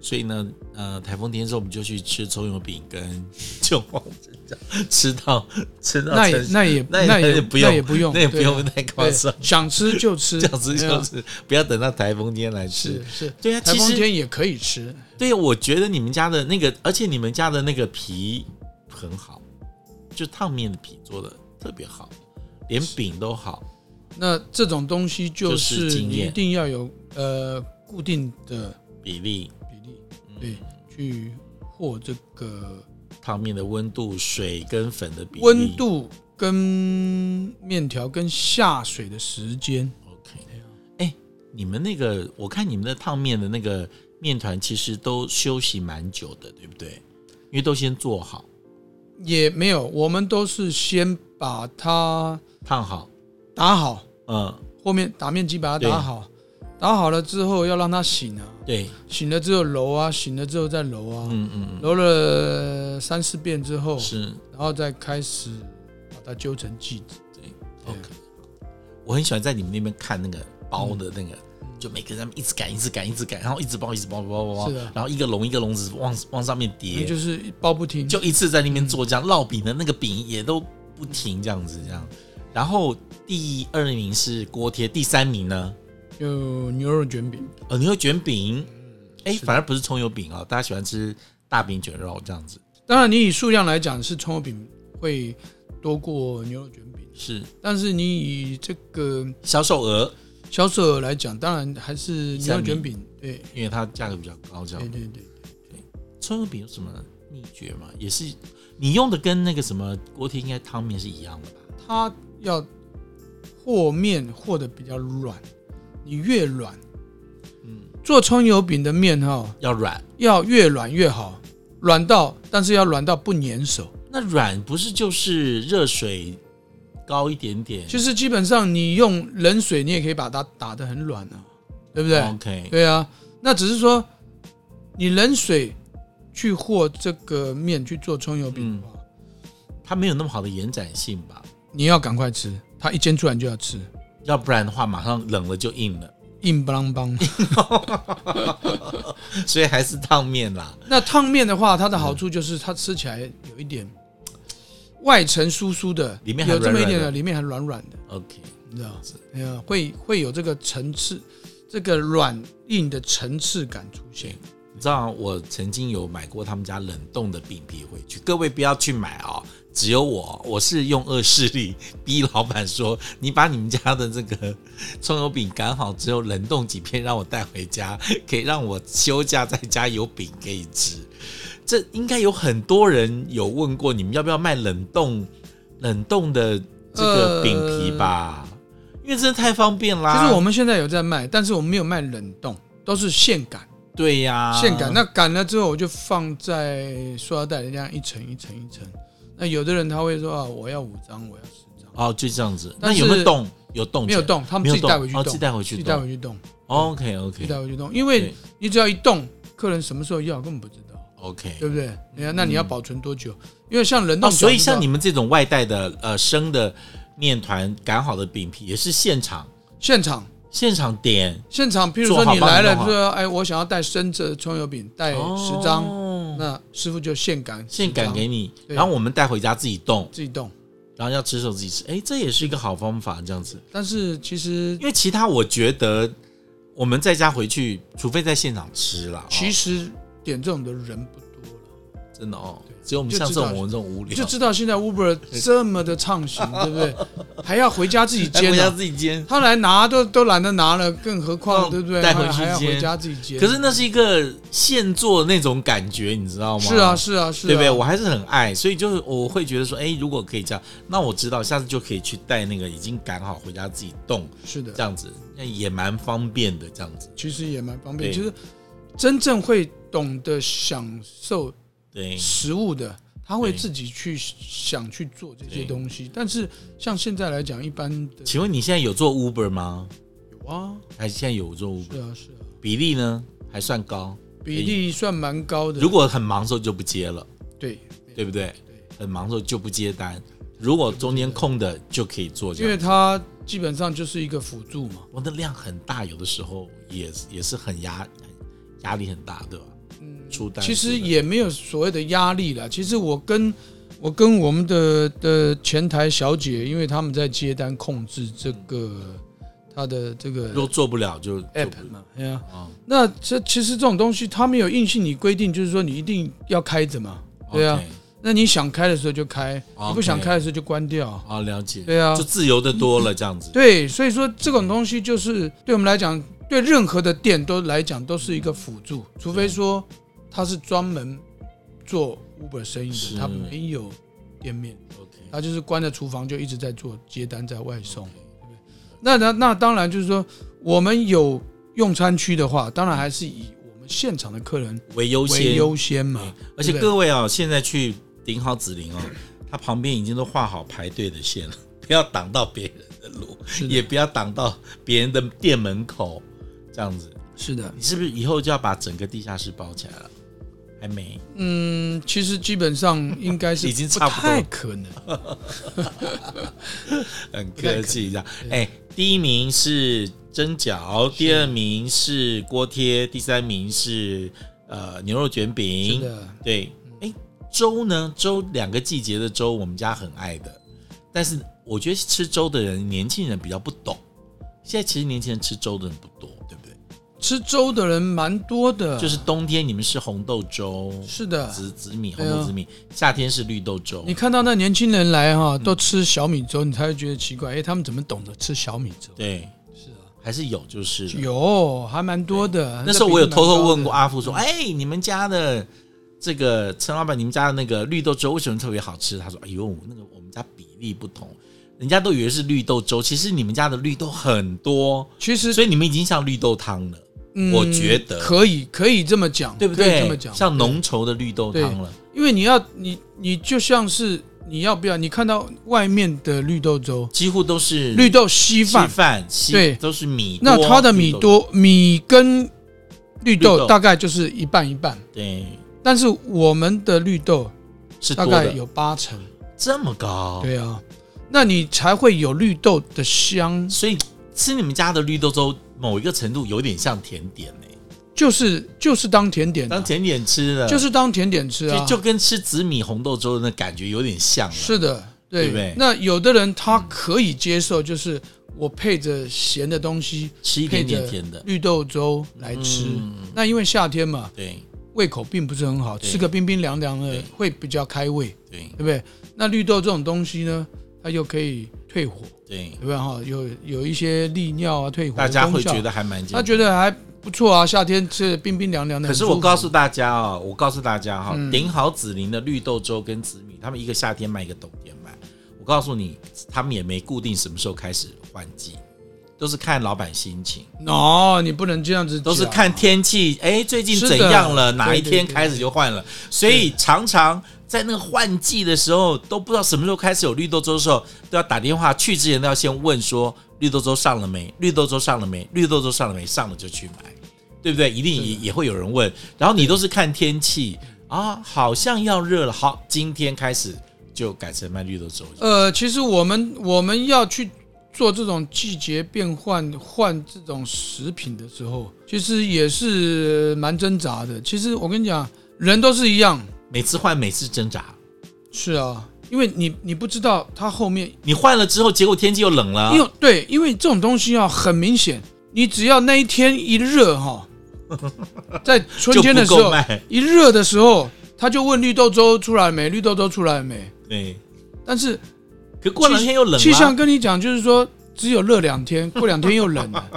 [SPEAKER 1] 所以呢，呃，台风天之后我们就去吃葱油饼跟 韭黄蒸饺，吃到吃到
[SPEAKER 2] 那也
[SPEAKER 1] 撑死
[SPEAKER 2] 那也
[SPEAKER 1] 那也
[SPEAKER 2] 那
[SPEAKER 1] 那也
[SPEAKER 2] 也
[SPEAKER 1] 不用
[SPEAKER 2] 那也不用，
[SPEAKER 1] 那也不
[SPEAKER 2] 对
[SPEAKER 1] 用太夸
[SPEAKER 2] 对
[SPEAKER 1] 张，
[SPEAKER 2] 想吃就 吃，
[SPEAKER 1] 这样子
[SPEAKER 2] 没
[SPEAKER 1] 就
[SPEAKER 2] 有
[SPEAKER 1] 是不要等到台风天来吃
[SPEAKER 2] 是。是，
[SPEAKER 1] 对啊，
[SPEAKER 2] 台
[SPEAKER 1] 其
[SPEAKER 2] 风
[SPEAKER 1] 实
[SPEAKER 2] 天也可以吃，
[SPEAKER 1] 对，啊我觉得你们家的那个，而且你们家的那个皮很好，就烫面的皮做的特别好，连饼都好。
[SPEAKER 2] 那这种东西就
[SPEAKER 1] 就是是经
[SPEAKER 2] 你
[SPEAKER 1] 验
[SPEAKER 2] 一定要有呃固定的
[SPEAKER 1] 比例
[SPEAKER 2] 比例，
[SPEAKER 1] 嗯
[SPEAKER 2] 对，去和这个
[SPEAKER 1] 烫面的温度、水跟粉的比例、
[SPEAKER 2] 温度跟面条跟下水的时间，
[SPEAKER 1] OK，哎、
[SPEAKER 2] 啊
[SPEAKER 1] 你们那个，我看你们的烫面的那个面团，其实都休息蛮久的，对不对？因为都先做好、
[SPEAKER 2] 也没有，我们都是先把它
[SPEAKER 1] 烫好，
[SPEAKER 2] 打好，
[SPEAKER 1] 嗯，
[SPEAKER 2] 后面打面机把它打好，打好了之后要让它醒啊，
[SPEAKER 1] 对，
[SPEAKER 2] 醒了之后揉啊，醒了之后再揉啊，
[SPEAKER 1] 嗯嗯
[SPEAKER 2] 揉了三四遍之后
[SPEAKER 1] 嗯，，是
[SPEAKER 2] 然后再开始把它揪成剂子。对
[SPEAKER 1] OK。我很喜欢在你们那边看那个包的那个，就每个人他们一直赶，一直赶，一直赶，然后一直包，一直包，包包包，
[SPEAKER 2] 是的
[SPEAKER 1] 然后一个笼一个笼子往往上面叠，就
[SPEAKER 2] 就是包不停，
[SPEAKER 1] 一次在那边做这样烙饼的那个饼也都不停这样子这样。然后第二名是锅贴，第三名呢？
[SPEAKER 2] 有牛肉卷饼，
[SPEAKER 1] 呃，牛肉卷饼，哎、反而不是葱油饼啊、大家喜欢吃大饼卷肉这样子，
[SPEAKER 2] 当然你以数量来讲是葱油饼会多过牛肉卷饼，
[SPEAKER 1] 是
[SPEAKER 2] 但是你以这个
[SPEAKER 1] 销售额，
[SPEAKER 2] 销售额来讲，当然还是牛肉卷饼。对
[SPEAKER 1] 因为它价格比较高，这
[SPEAKER 2] 对
[SPEAKER 1] 样。
[SPEAKER 2] 对对，
[SPEAKER 1] 葱油饼有什么秘诀吗？也是你用的跟那个什么锅贴应该汤面是一样的吧？
[SPEAKER 2] 它要和面和的比较软，你越软，
[SPEAKER 1] 嗯，
[SPEAKER 2] 做葱油饼的面哈、
[SPEAKER 1] 要软，
[SPEAKER 2] 要越软越好，软到但是要软到不粘手，
[SPEAKER 1] 那软不是就是热水高一点点？
[SPEAKER 2] 就是基本上你用冷水你也可以把它打得很软啊，对不对？
[SPEAKER 1] 哦 OK，
[SPEAKER 2] 对啊，那只是说你冷水去和这个面去做葱油饼的话，
[SPEAKER 1] 它没有那么好的延展性吧？
[SPEAKER 2] 你要赶快吃，它一煎出来你就要吃，
[SPEAKER 1] 要不然的话，马上冷了就硬了，
[SPEAKER 2] 硬不啷邦。
[SPEAKER 1] 所以还是烫面啦。
[SPEAKER 2] 那烫面的话，它的好处就是它吃起来有一点外层酥酥的，
[SPEAKER 1] 里面还
[SPEAKER 2] 有这么一点
[SPEAKER 1] 软软的
[SPEAKER 2] 的，里面还软软的，
[SPEAKER 1] OK，
[SPEAKER 2] 你知道吗？哎呀，会会有这个层次，这个软硬的层次感出现。
[SPEAKER 1] 你知道我曾经有买过他们家冷冻的饼皮回去，各位不要去买哦，只有我，我是用恶势力逼老板说，你把你们家的这个葱油饼擀好之后冷冻几片让我带回家，可以让我休假在家有饼可以吃。这应该有很多人有问过你们要不要卖冷冻冷冻的这个饼皮吧，因为真的太方便啦。
[SPEAKER 2] 呃其实我们现在有在卖，但是我们没有卖冷冻，都是现擀。
[SPEAKER 1] 对呀、
[SPEAKER 2] 现擀，那擀了之后我就放在塑料袋里，这样一层一层一层。那有的人他会说啊，我要五张，我要十张，
[SPEAKER 1] 哦就这样子。那
[SPEAKER 2] 但是
[SPEAKER 1] 有没有冻？有冻
[SPEAKER 2] 没有
[SPEAKER 1] 起来
[SPEAKER 2] 动，他们
[SPEAKER 1] 没
[SPEAKER 2] 自
[SPEAKER 1] 有
[SPEAKER 2] 己
[SPEAKER 1] 动
[SPEAKER 2] 带回去
[SPEAKER 1] 哦
[SPEAKER 2] 动，
[SPEAKER 1] 自己带回
[SPEAKER 2] 自
[SPEAKER 1] 去
[SPEAKER 2] 己带
[SPEAKER 1] 动。
[SPEAKER 2] 回去动，
[SPEAKER 1] OK
[SPEAKER 2] 自己
[SPEAKER 1] OK
[SPEAKER 2] 带回去动，因为
[SPEAKER 1] 对
[SPEAKER 2] 你只要一动，客人什么时候要根本不知道，
[SPEAKER 1] OK。
[SPEAKER 2] 对不对？你看，那你要保存多久？因为像冷
[SPEAKER 1] 嗯哦，
[SPEAKER 2] 冻饺子的话，
[SPEAKER 1] 所以像你们这种外带的呃生的面团擀好的饼皮，也是现场
[SPEAKER 2] 现场
[SPEAKER 1] 现场点
[SPEAKER 2] 现场，譬如说
[SPEAKER 1] 做好
[SPEAKER 2] 你来了
[SPEAKER 1] 帮你弄好
[SPEAKER 2] 说，哎，我想要带生的葱油饼，带十张，
[SPEAKER 1] 哦
[SPEAKER 2] 那师傅就现擀10张，
[SPEAKER 1] 现擀给你，
[SPEAKER 2] 对
[SPEAKER 1] 然后我们带回家自己冻，
[SPEAKER 2] 自己冻。
[SPEAKER 1] 然后要吃的时候自己吃。哎，这也是一个好方法，这样子。
[SPEAKER 2] 但是其实
[SPEAKER 1] 因为其他我觉得我们在家回去，除非在现场吃啦，哦
[SPEAKER 2] 其实点这种的人不多了。
[SPEAKER 1] 真的哦，只有我们
[SPEAKER 2] 就
[SPEAKER 1] 像这
[SPEAKER 2] 知
[SPEAKER 1] 种
[SPEAKER 2] 道
[SPEAKER 1] 我们这种无
[SPEAKER 2] 你
[SPEAKER 1] 聊，
[SPEAKER 2] 就知道现在 Uber 这么的畅行， 对不对？还要回家自己
[SPEAKER 1] 带哎回
[SPEAKER 2] 煎、
[SPEAKER 1] 家
[SPEAKER 2] 啊，
[SPEAKER 1] 自己煎。
[SPEAKER 2] 他来拿都都懒得拿了，更何
[SPEAKER 1] 嗯
[SPEAKER 2] 况对不对？
[SPEAKER 1] 带回去
[SPEAKER 2] 还还要
[SPEAKER 1] 煎
[SPEAKER 2] 回家自己煎。
[SPEAKER 1] 可是那是一个现做的那种感觉，你知道吗？
[SPEAKER 2] 是啊，是啊，是啊，
[SPEAKER 1] 对不对？我还是很爱，所以就是我会觉得说，哎，如果可以这样，那我知道下次就可以去带那个已经擀好回家自己冻，
[SPEAKER 2] 是
[SPEAKER 1] 这
[SPEAKER 2] 的，
[SPEAKER 1] 样子那也蛮方便的，这样子。
[SPEAKER 2] 其实也蛮方便。
[SPEAKER 1] 对
[SPEAKER 2] 其实真正会懂得享受
[SPEAKER 1] 对，
[SPEAKER 2] 食物的，他会
[SPEAKER 1] 对
[SPEAKER 2] 自己去想去做这些
[SPEAKER 1] 对
[SPEAKER 2] 东西。但是像现在来讲，一般的
[SPEAKER 1] 请问你现在有做 Uber 吗？
[SPEAKER 2] 有啊，
[SPEAKER 1] 还现在有做 Uber？
[SPEAKER 2] 是啊，是啊，
[SPEAKER 1] 比例呢还算高？
[SPEAKER 2] 比例算蛮高的。
[SPEAKER 1] 如果很忙的时候就不接了，
[SPEAKER 2] 对，
[SPEAKER 1] 对不对？
[SPEAKER 2] 对
[SPEAKER 1] 很忙的时候就不接单，如果中间空的就可以做这
[SPEAKER 2] 因
[SPEAKER 1] 样。
[SPEAKER 2] 为它基本上就是一个辅助嘛。
[SPEAKER 1] 我的量很大，有的时候也也是很压压力很大，对吧？出单
[SPEAKER 2] 其
[SPEAKER 1] 出
[SPEAKER 2] 实
[SPEAKER 1] 单
[SPEAKER 2] 也没有所谓的压力啦。其实我跟我跟我们的的前台小姐，因为他们在接单控制这个
[SPEAKER 1] 嗯
[SPEAKER 2] 她的这个
[SPEAKER 1] 如果做不了就
[SPEAKER 2] app 嘛，哎呀、
[SPEAKER 1] 啊，
[SPEAKER 2] 那这其实这种东西他们有硬性你规定，就是说你一定要开着嘛。对啊
[SPEAKER 1] OK，
[SPEAKER 2] 那你想开的时候就开，
[SPEAKER 1] OK
[SPEAKER 2] 你不想开的时候就关掉。
[SPEAKER 1] 啊，了解，
[SPEAKER 2] 对啊
[SPEAKER 1] 就，自由的多了这样子。
[SPEAKER 2] 对，所以说这种东西就是对我们来讲，对任何的店都来讲都是一个辅助，
[SPEAKER 1] 嗯
[SPEAKER 2] 除非说他是专门做 Uber 生意
[SPEAKER 1] 是
[SPEAKER 2] 的，他没有店面。
[SPEAKER 1] OK，
[SPEAKER 2] 他就是关在厨房就一直在做接单在外送。那那那当然就是说，我们有用餐区的话，当然还是以我们现场的客人
[SPEAKER 1] 为优
[SPEAKER 2] 为
[SPEAKER 1] 先，
[SPEAKER 2] 优先嘛。
[SPEAKER 1] 而且
[SPEAKER 2] 对不对
[SPEAKER 1] 各位啊、现在去顶好紫菱哦，它旁边已经都画好排队的线了， 不要挡到别人的路，
[SPEAKER 2] 是的
[SPEAKER 1] 也不要挡到别人的店门口，这样子，
[SPEAKER 2] 是的，
[SPEAKER 1] 你是不是以后就要把整个地下室包起来了？还没，
[SPEAKER 2] 嗯，其实基本上应该 是
[SPEAKER 1] 已经
[SPEAKER 2] 不
[SPEAKER 1] 差不多
[SPEAKER 2] 太可能。
[SPEAKER 1] 很客气这样。哎、第一名是蒸饺，第二名是锅贴，第三名是呃牛肉卷
[SPEAKER 2] 是
[SPEAKER 1] 饼，
[SPEAKER 2] 的，嗯
[SPEAKER 1] 对，哎，粥呢？粥两个季节的粥，我们家很爱的，但是我觉得吃粥的人，年轻人比较不懂。现在其实年轻人吃粥的人不多，对不对？
[SPEAKER 2] 吃粥的人蛮多的，
[SPEAKER 1] 就是冬天你们吃红豆粥、
[SPEAKER 2] 嗯是的。
[SPEAKER 1] 紫紫米、红
[SPEAKER 2] 对啊
[SPEAKER 1] 豆紫米，夏天是绿豆粥
[SPEAKER 2] 你。看到那年轻人来哈，
[SPEAKER 1] 嗯
[SPEAKER 2] 都吃小米粥，你才会觉得奇怪，哎，他们怎么懂得吃小米粥？
[SPEAKER 1] 对，
[SPEAKER 2] 是啊，
[SPEAKER 1] 还是有就是了
[SPEAKER 2] 有还蛮多的。
[SPEAKER 1] 那时候我有偷偷问过
[SPEAKER 2] 啊，
[SPEAKER 1] 阿富说：“哎，你们家的这个陈老板，你们家的那个绿豆粥为什么特别好吃？”他说：“哎呦，那个我们家比例不同，人家都以为是绿豆粥，其实你们家的绿豆很多，
[SPEAKER 2] 其实
[SPEAKER 1] 所以你们已经像绿豆汤了，
[SPEAKER 2] 嗯
[SPEAKER 1] 我觉得
[SPEAKER 2] 可以，可以这么讲，
[SPEAKER 1] 对不
[SPEAKER 2] 可以
[SPEAKER 1] 对？
[SPEAKER 2] 这么讲，
[SPEAKER 1] 像浓稠的绿豆汤了，
[SPEAKER 2] 因为你要你你就像是你要不要？你看到外面的绿豆粥、
[SPEAKER 1] 几乎都是
[SPEAKER 2] 绿豆稀
[SPEAKER 1] 稀
[SPEAKER 2] 饭，
[SPEAKER 1] 饭，嗯稀
[SPEAKER 2] 对
[SPEAKER 1] 都是米多。
[SPEAKER 2] 那它的米
[SPEAKER 1] 绿豆，
[SPEAKER 2] 多米跟绿
[SPEAKER 1] 绿
[SPEAKER 2] 豆
[SPEAKER 1] 豆
[SPEAKER 2] 大概就是一半一半，
[SPEAKER 1] 对，
[SPEAKER 2] 但是我们的绿豆
[SPEAKER 1] 是
[SPEAKER 2] 大
[SPEAKER 1] 多
[SPEAKER 2] 概
[SPEAKER 1] 的，哦
[SPEAKER 2] 有八成，
[SPEAKER 1] 这么高，
[SPEAKER 2] 对啊，那你才会有绿豆的香，
[SPEAKER 1] 所以吃你们家的绿豆粥，某一个程度有点像甜点呢、
[SPEAKER 2] 就是就是当甜点啊、
[SPEAKER 1] 当甜点吃的，
[SPEAKER 2] 就是当甜点吃啊，
[SPEAKER 1] 就就跟吃紫米红豆粥的那感觉有点像了。
[SPEAKER 2] 是的，对
[SPEAKER 1] 对不对
[SPEAKER 2] 那有的人他可以接受，就是我配着咸的东西，
[SPEAKER 1] 吃一点点甜的，
[SPEAKER 2] 绿豆粥来吃。
[SPEAKER 1] 嗯
[SPEAKER 2] 那因为夏天嘛，
[SPEAKER 1] 对
[SPEAKER 2] 胃口并不是很好，
[SPEAKER 1] 对
[SPEAKER 2] 吃个冰冰凉凉的
[SPEAKER 1] 对
[SPEAKER 2] 会比较开胃，
[SPEAKER 1] 对
[SPEAKER 2] 对不对？那绿豆这种东西呢，它又可以退火，
[SPEAKER 1] 对
[SPEAKER 2] 对，不对哈？有有一些利尿啊、退火的
[SPEAKER 1] 大家会
[SPEAKER 2] 功效
[SPEAKER 1] 觉得还蛮健
[SPEAKER 2] 他
[SPEAKER 1] 康。
[SPEAKER 2] 觉得还不错啊，夏天吃冰冰凉凉的。
[SPEAKER 1] 可是
[SPEAKER 2] 很舒
[SPEAKER 1] 我
[SPEAKER 2] 服
[SPEAKER 1] 告诉大家哦，我告诉大家哈、
[SPEAKER 2] 嗯
[SPEAKER 1] 顶好紫菱的绿豆粥跟紫米，他们一个夏天卖，一个冬天卖。我告诉你，他们也没固定什么时候开始换季，都是看老板心情，
[SPEAKER 2] ，no，你不能这样子讲，
[SPEAKER 1] 都是看天气，哎，最近
[SPEAKER 2] 是
[SPEAKER 1] 怎
[SPEAKER 2] 的
[SPEAKER 1] 样了，哪一
[SPEAKER 2] 对对
[SPEAKER 1] 天
[SPEAKER 2] 对
[SPEAKER 1] 开始就换了。所以常常在那个换季的时候，都不知道什么时候开始有绿豆粥的时候，都要打电话去之前都要先问说绿豆粥上了没？绿豆粥上了没？绿豆粥上了没？上了就去买，对不对？一定也也会有人问。然后你都是看天气啊，好像要热了，好，今天开始就改成卖绿豆粥。
[SPEAKER 2] 呃，其实我们我们要去做这种季节变换换这种食品的时候，其实也是蛮挣扎的。其实我跟你讲，人都是一样，
[SPEAKER 1] 每次换，每次挣扎。
[SPEAKER 2] 是啊，因为你你不知道它后面，
[SPEAKER 1] 你换了之后，结果天气又冷了
[SPEAKER 2] 因，为对，因为这种东西啊，很明显，你只要那一天一热哈， 在春
[SPEAKER 1] 就
[SPEAKER 2] 天的
[SPEAKER 1] 不
[SPEAKER 2] 时
[SPEAKER 1] 够
[SPEAKER 2] 候
[SPEAKER 1] 卖。
[SPEAKER 2] 一热的时候，他就问绿豆粥出来了没，绿豆粥出来了没，
[SPEAKER 1] 对，
[SPEAKER 2] 但是
[SPEAKER 1] 可过两天又冷了。啊
[SPEAKER 2] 气象跟你讲，就是说只有热两 天，过两天又冷了，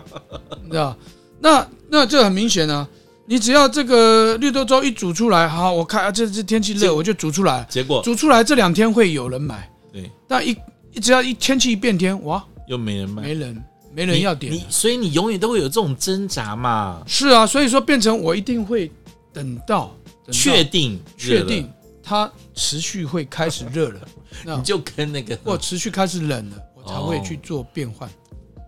[SPEAKER 2] 你知道？那那这很明显啊，你只要这个绿豆粥一煮出来，好，我看啊，这这天气
[SPEAKER 1] 这
[SPEAKER 2] 热，我就煮出来，
[SPEAKER 1] 结果
[SPEAKER 2] 煮出来这两天会有人买，
[SPEAKER 1] 对，
[SPEAKER 2] 但一只要一天气一变天，哇，
[SPEAKER 1] 又没人卖，
[SPEAKER 2] 没人，没人要点啊
[SPEAKER 1] 你
[SPEAKER 2] 了
[SPEAKER 1] 你，所以你永远都会有这种挣扎嘛。
[SPEAKER 2] 是啊，所以说变成我一定会等到等到
[SPEAKER 1] 确定，
[SPEAKER 2] 确
[SPEAKER 1] 热了
[SPEAKER 2] 定，它持续会开始 热了，那
[SPEAKER 1] 你就跟那个
[SPEAKER 2] 或
[SPEAKER 1] 我，
[SPEAKER 2] 持续开始冷了，我才会
[SPEAKER 1] 哦
[SPEAKER 2] 去做变换。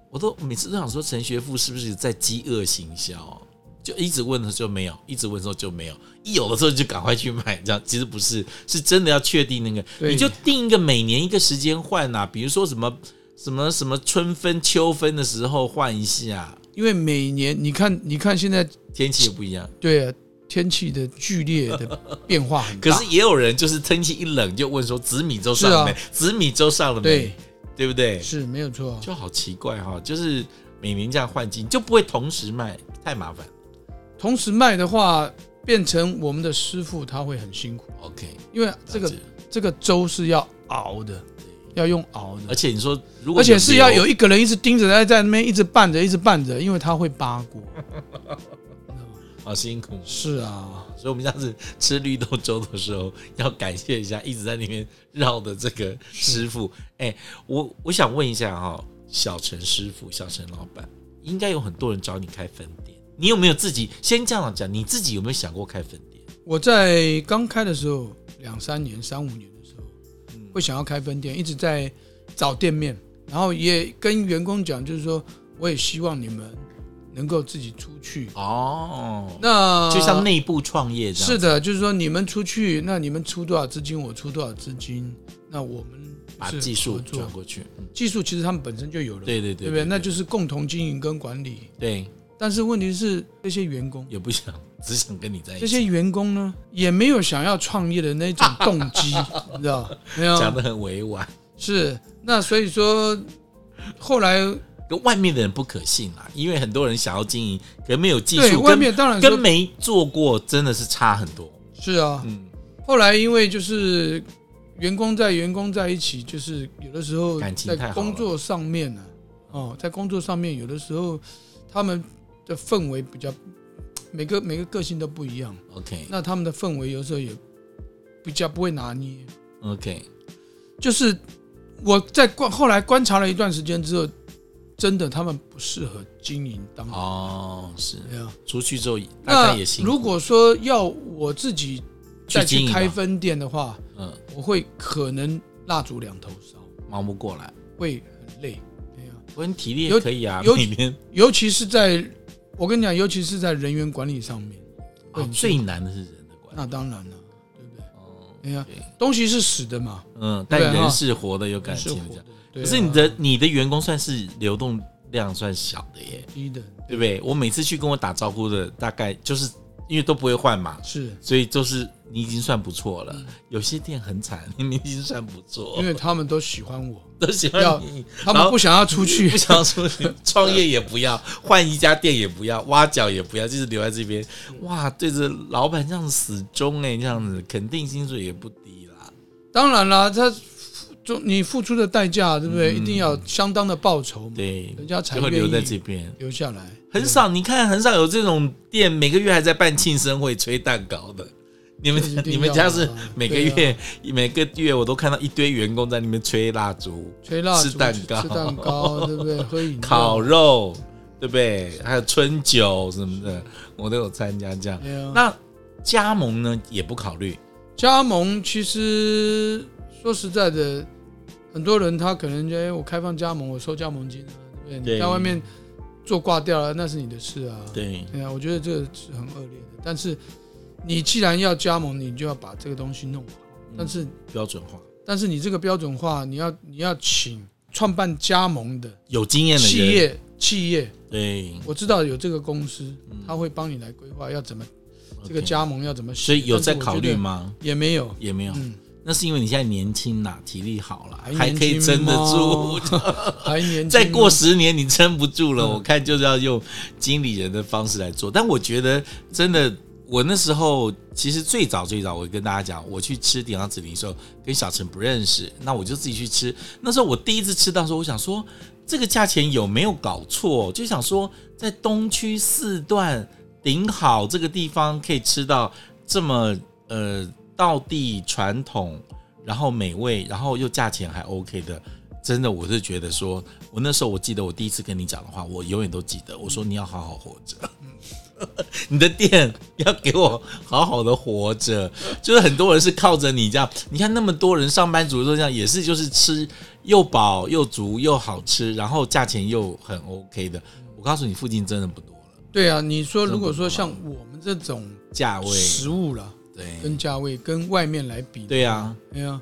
[SPEAKER 1] 我都每次都想说，陈学富是不是在饥饿行销？就一直问的时候没有，一直问的时候就没有，一有的时候就赶快去买，这样其实不是，是真的要确定那个，
[SPEAKER 2] 对
[SPEAKER 1] 你就定一个每年一个时间换呐、比如说什么什么什么春分、秋分的时候换一下，
[SPEAKER 2] 因为每年你看，你看现在
[SPEAKER 1] 天气也不一样。
[SPEAKER 2] 对啊，天气的剧烈的变化很
[SPEAKER 1] 可
[SPEAKER 2] 大。
[SPEAKER 1] 是也有人就是天气一冷就问说紫米粥上了没？
[SPEAKER 2] 是啊
[SPEAKER 1] 紫米粥上了没
[SPEAKER 2] 对？，
[SPEAKER 1] 对不对？
[SPEAKER 2] 是没有错。
[SPEAKER 1] 就好奇怪哈、就是每年这样换季，你就不会同时卖，太麻烦。
[SPEAKER 2] 同时卖的话，变成我们的师傅他会很辛苦，
[SPEAKER 1] OK，
[SPEAKER 2] 因为这
[SPEAKER 1] 了
[SPEAKER 2] 个
[SPEAKER 1] 解
[SPEAKER 2] 这个粥是要熬的，要用熬
[SPEAKER 1] 而
[SPEAKER 2] 的，
[SPEAKER 1] 且你说哎如果
[SPEAKER 2] 嗯而且是要有
[SPEAKER 1] 留
[SPEAKER 2] 一 个人一直盯着，在在那边一直拌着，一直拌着，因为他会扒锅。
[SPEAKER 1] 好哦辛苦。
[SPEAKER 2] 是啊，
[SPEAKER 1] 所以我们下次吃绿豆粥的时候，要感谢一下一直在那边绕的这个师 傅。哎、我我想问一下哈、小陈师傅、小陈老板，应该有很多人找你开分店，你有没有自己先这样讲？你自己有没有想过开分店？
[SPEAKER 2] 我在刚开的时候，两三年、三五年的时候
[SPEAKER 1] 嗯，
[SPEAKER 2] 会想要开分店，一直在找店面，然后也跟员工讲，就是说，我也希望你们能够自己出去。
[SPEAKER 1] 哦，
[SPEAKER 2] 那
[SPEAKER 1] 就像内部创业这样。
[SPEAKER 2] 是的，就是说你们出去，那你们出多少资金，我出多少资金，那我们
[SPEAKER 1] 把
[SPEAKER 2] 是
[SPEAKER 1] 技术
[SPEAKER 2] 合作
[SPEAKER 1] 转过去，嗯
[SPEAKER 2] 技术其实他们本身就有了，
[SPEAKER 1] 对对对
[SPEAKER 2] 对不对？那就是共同经营跟管理。
[SPEAKER 1] 对，
[SPEAKER 2] 但是问题是，这些员工，
[SPEAKER 1] 也不想， 只想跟你在一
[SPEAKER 2] 这
[SPEAKER 1] 起。
[SPEAKER 2] 些员工呢，也没有想要创业的 那种动机，你知道没
[SPEAKER 1] 讲
[SPEAKER 2] 有？
[SPEAKER 1] 的很委婉，
[SPEAKER 2] 是那所以说，后来
[SPEAKER 1] 跟外面的人不可信啦，因为很多人想要经营，可没有技
[SPEAKER 2] 对
[SPEAKER 1] 术，
[SPEAKER 2] 外
[SPEAKER 1] 跟
[SPEAKER 2] 面当然
[SPEAKER 1] 跟
[SPEAKER 2] 说
[SPEAKER 1] 没做过真的是差很多。
[SPEAKER 2] 是啊，
[SPEAKER 1] 嗯，
[SPEAKER 2] 后来因为就是员工在员工在一起，就是有的时候
[SPEAKER 1] 感情
[SPEAKER 2] 在
[SPEAKER 1] 太好了
[SPEAKER 2] 工作上面呢、哦，在工作上面有的时候他们的氛围比较，每个每个个性都不一样，
[SPEAKER 1] OK
[SPEAKER 2] 那他们的氛围有时候也比较不会拿捏。
[SPEAKER 1] OK，
[SPEAKER 2] 就是我在观后来观察了一段时间之后，真的他们不适合经营当老
[SPEAKER 1] 哦，是
[SPEAKER 2] 板。对啊
[SPEAKER 1] 出去之后大
[SPEAKER 2] 那
[SPEAKER 1] 家也辛苦
[SPEAKER 2] 如果说要我自己再
[SPEAKER 1] 经
[SPEAKER 2] 去
[SPEAKER 1] 营
[SPEAKER 2] 开
[SPEAKER 1] 嘛，
[SPEAKER 2] 分店的话，
[SPEAKER 1] 嗯，
[SPEAKER 2] 我会可能蜡烛两头烧，
[SPEAKER 1] 忙不过来，
[SPEAKER 2] 会很累。对啊，
[SPEAKER 1] 我很体力也
[SPEAKER 2] 有
[SPEAKER 1] 可以啊，
[SPEAKER 2] 有
[SPEAKER 1] 里面
[SPEAKER 2] 尤其是在我跟你讲，尤其是在人员管理上面，
[SPEAKER 1] 啊
[SPEAKER 2] 对
[SPEAKER 1] 最难的是人的管理。
[SPEAKER 2] 那当然了，对不对？
[SPEAKER 1] 哦
[SPEAKER 2] 哎呀
[SPEAKER 1] 对，
[SPEAKER 2] 东西是死的嘛，
[SPEAKER 1] 嗯，
[SPEAKER 2] 对
[SPEAKER 1] 但
[SPEAKER 2] 啊
[SPEAKER 1] 人是活的，有感
[SPEAKER 2] 是
[SPEAKER 1] 情的
[SPEAKER 2] 活
[SPEAKER 1] 这
[SPEAKER 2] 的
[SPEAKER 1] 样。。
[SPEAKER 2] 对
[SPEAKER 1] 可
[SPEAKER 2] 啊
[SPEAKER 1] 是你的你的员工算是流动量算小的耶，
[SPEAKER 2] 低的
[SPEAKER 1] 对不对？我每次去跟我打招呼的，大概就是因为都不会换嘛，
[SPEAKER 2] 是，
[SPEAKER 1] 所以就是你已经算不错了。有些店很惨， 你已经算不错
[SPEAKER 2] 嗯因，为他们都喜欢我，
[SPEAKER 1] 都喜
[SPEAKER 2] 要
[SPEAKER 1] 欢你，
[SPEAKER 2] 他们不想要出去
[SPEAKER 1] 不。想要出去创业也不 要，换一家店也不要，挖角也不要，就是留在这边。哇，对着老板这样死忠哎、这样子肯定薪水也不低啦。
[SPEAKER 2] 当然啦，他付就你付出的代价，对不对？
[SPEAKER 1] 嗯
[SPEAKER 2] 一定要有相当的报酬嘛，
[SPEAKER 1] 对，
[SPEAKER 2] 人家才
[SPEAKER 1] 就会
[SPEAKER 2] 愿
[SPEAKER 1] 留
[SPEAKER 2] 意
[SPEAKER 1] 在这边。
[SPEAKER 2] 留下来。
[SPEAKER 1] 很少，你看很少有这种店每个月还在办庆生会、吹蛋糕的。你们
[SPEAKER 2] 这一定要的
[SPEAKER 1] 你们家是
[SPEAKER 2] 啊
[SPEAKER 1] 每个月、 每个月我都看到一堆员工在那边吹蜡烛、
[SPEAKER 2] 吹蜡烛、
[SPEAKER 1] 吃蛋糕
[SPEAKER 2] 吃蛋糕，对不 对？喝饮料
[SPEAKER 1] 烤，肉，
[SPEAKER 2] 嗯
[SPEAKER 1] 对不对？还有春酒什么的，我都有参加这样。
[SPEAKER 2] 对啊
[SPEAKER 1] 那加盟呢也不考虑，
[SPEAKER 2] 加盟其实说实在的，很多人他可能觉得哎我开放加盟，我收加盟金啊，对不对？
[SPEAKER 1] 对
[SPEAKER 2] 你在外面做挂掉了，那是你的事啊。
[SPEAKER 1] 对，
[SPEAKER 2] 对啊，我觉得这个是很恶劣的。但是你既然要加盟，你就要把这个东西弄好。
[SPEAKER 1] 嗯
[SPEAKER 2] 但是
[SPEAKER 1] 标准化，
[SPEAKER 2] 但是你这个标准化，你要你要请创办加盟的
[SPEAKER 1] 有经验的人
[SPEAKER 2] 企，业企业，
[SPEAKER 1] 对
[SPEAKER 2] 我知道有这个公司
[SPEAKER 1] 嗯，
[SPEAKER 2] 他会帮你来规划要怎么这个
[SPEAKER 1] OK
[SPEAKER 2] 加盟要怎么写，
[SPEAKER 1] 所以有在
[SPEAKER 2] 但是
[SPEAKER 1] 考
[SPEAKER 2] 我觉
[SPEAKER 1] 虑
[SPEAKER 2] 得嗯
[SPEAKER 1] 吗？
[SPEAKER 2] 也没有，
[SPEAKER 1] 也没有，
[SPEAKER 2] 嗯，
[SPEAKER 1] 那是因为你现在年轻啦，体力好啦，
[SPEAKER 2] 还
[SPEAKER 1] 还可以
[SPEAKER 2] 年轻哦
[SPEAKER 1] 撑得住
[SPEAKER 2] 吗。 还年轻
[SPEAKER 1] 再过十年你撑不住了，
[SPEAKER 2] 嗯
[SPEAKER 1] 我看就是要用经理人的方式来做。但我觉得真的，我那时候其实最早最早，我跟大家讲，我去吃顶上子林的时候，跟小陈不认识，那我就自己去吃。那时候我第一次吃到的时候，我想说这个价钱有没有搞错？就想说在东区四段顶好这个地方可以吃到这么呃道地传统，然后美味，然后又价钱还 OK 的。真的，我是觉得说，我那时候我记得我第一次跟你讲的话，我永远都记得。我说你要好好活着， 你的店要给我好好的活着。就是很多人是靠着你这样，你看那么多人上班族都这样，也是就是吃又饱又足又好吃，然后价钱又很 OK 的。我告诉你，附近真的不多了，
[SPEAKER 2] 对啊，你说如果说像我们这种
[SPEAKER 1] 价位
[SPEAKER 2] 食物啦，
[SPEAKER 1] 对
[SPEAKER 2] 跟价位跟外面来比，
[SPEAKER 1] 对啊，
[SPEAKER 2] 哎呀，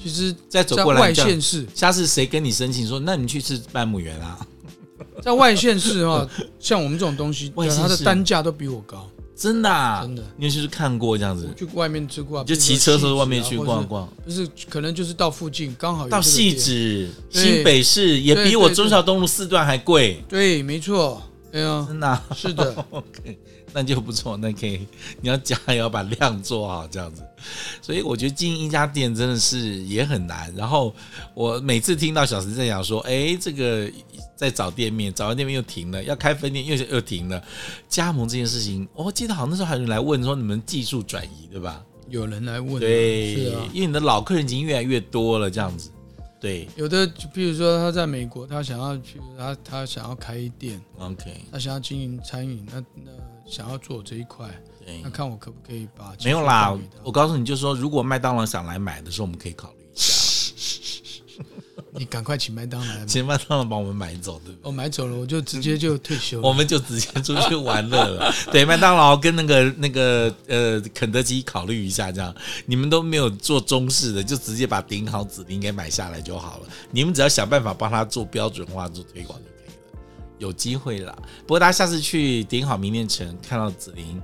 [SPEAKER 2] 其实
[SPEAKER 1] 再走
[SPEAKER 2] 在
[SPEAKER 1] 过来
[SPEAKER 2] 外
[SPEAKER 1] 这样。
[SPEAKER 2] 县市，
[SPEAKER 1] 下次谁跟你申请说，那你去吃半亩园啊？
[SPEAKER 2] 在外县 市哈，像我们这种东西，
[SPEAKER 1] 外县市
[SPEAKER 2] 它的单价都比我高，
[SPEAKER 1] 真的、啊，
[SPEAKER 2] 真的
[SPEAKER 1] 你有去看过这样子
[SPEAKER 2] 我？去外面吃过啊，
[SPEAKER 1] 你就骑车的时候外面
[SPEAKER 2] 比
[SPEAKER 1] 去
[SPEAKER 2] 如
[SPEAKER 1] 逛
[SPEAKER 2] 说汐止啊，
[SPEAKER 1] 逛。
[SPEAKER 2] 或是就是可能就是到附近刚好有
[SPEAKER 1] 到
[SPEAKER 2] 啊这个
[SPEAKER 1] 细
[SPEAKER 2] 店
[SPEAKER 1] 致，
[SPEAKER 2] 对
[SPEAKER 1] 新北市也比我
[SPEAKER 2] 对对
[SPEAKER 1] 中小东路四段还贵。
[SPEAKER 2] 对，没错，哎呀，
[SPEAKER 1] 真的啊、
[SPEAKER 2] 是的，
[SPEAKER 1] OK，那就不错，那可以，你要加油把量做好这样子。所以我觉得经营一家店真的是也很难。然后我每次听到小石在讲说，哎，这个在找店面，找完店面又停了，要开分店又又停了，加盟这件事情，哦我记得好像那时候还有人来问说你们技术转移对吧？
[SPEAKER 2] 有人来问，
[SPEAKER 1] 对，
[SPEAKER 2] 是啊，
[SPEAKER 1] 因为你的老客人已经越来越多了这样子。对
[SPEAKER 2] 有的，比如说他在美国，他想要，譬如他他想要开店，
[SPEAKER 1] ，OK，
[SPEAKER 2] 他想要经营餐饮，那那想要做这一块，
[SPEAKER 1] 对
[SPEAKER 2] 那，看我可不可以把技术
[SPEAKER 1] 没有啦
[SPEAKER 2] 带给他，
[SPEAKER 1] 我告诉你就说，如果麦当劳想来买的时候，我们可以考虑一下。
[SPEAKER 2] 你赶快请麦当劳来 买，哦
[SPEAKER 1] 请麦当劳把我们买走，对不对？
[SPEAKER 2] 我买走了，我就直接就退休
[SPEAKER 1] 我
[SPEAKER 2] 了。
[SPEAKER 1] 们就直接出去玩乐了。 对，麦当劳跟那个那个呃肯德基考虑一下，这样你们都没有做中式的，就直接把顶好指令给买下来就好了。你们只要想办法帮他做标准化、做推广就可以了。有机会啦。不过大家下次去顶好名店城看到子林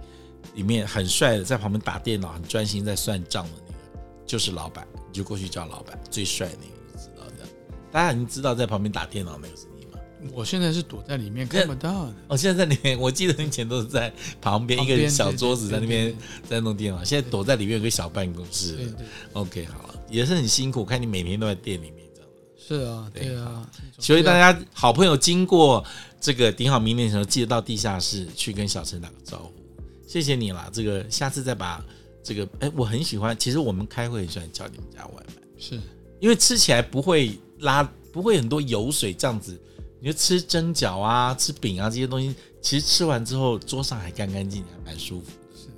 [SPEAKER 1] 里面很帅的在旁边打电脑，很专心在算账的那个，就是老板，你就过去叫老板最帅那个，就知道这样。大家已经知道在旁边打电脑那个是你吗？
[SPEAKER 2] 我现在是躲在里面看不到的，
[SPEAKER 1] 哦，现在在里面，我记得以前都是在旁边一
[SPEAKER 2] 旁
[SPEAKER 1] 个
[SPEAKER 2] 边
[SPEAKER 1] 小
[SPEAKER 2] 对
[SPEAKER 1] 桌
[SPEAKER 2] 对
[SPEAKER 1] 子在那
[SPEAKER 2] 对
[SPEAKER 1] 边
[SPEAKER 2] 对
[SPEAKER 1] 在弄电脑，现在躲在里面有个小办公室
[SPEAKER 2] 对
[SPEAKER 1] 了。
[SPEAKER 2] 对，对
[SPEAKER 1] OK，好了，也是很辛苦，看你每天都在店里面这样。
[SPEAKER 2] 是啊，
[SPEAKER 1] 对
[SPEAKER 2] 对啊，
[SPEAKER 1] 所以大家好朋友经过这个顶好名店的时候，记得到地下室去跟小陈打个招呼，谢谢你啦。这个下次再把这个，哎，我很喜欢，其实我们开会很喜欢叫你们家外卖。
[SPEAKER 2] 是啊
[SPEAKER 1] 因为吃起来不会拉，不会很多油水这样子。你就吃蒸饺啊、吃饼啊这些东西，其实吃完之后桌上还干干净净，还蛮舒服。
[SPEAKER 2] 是，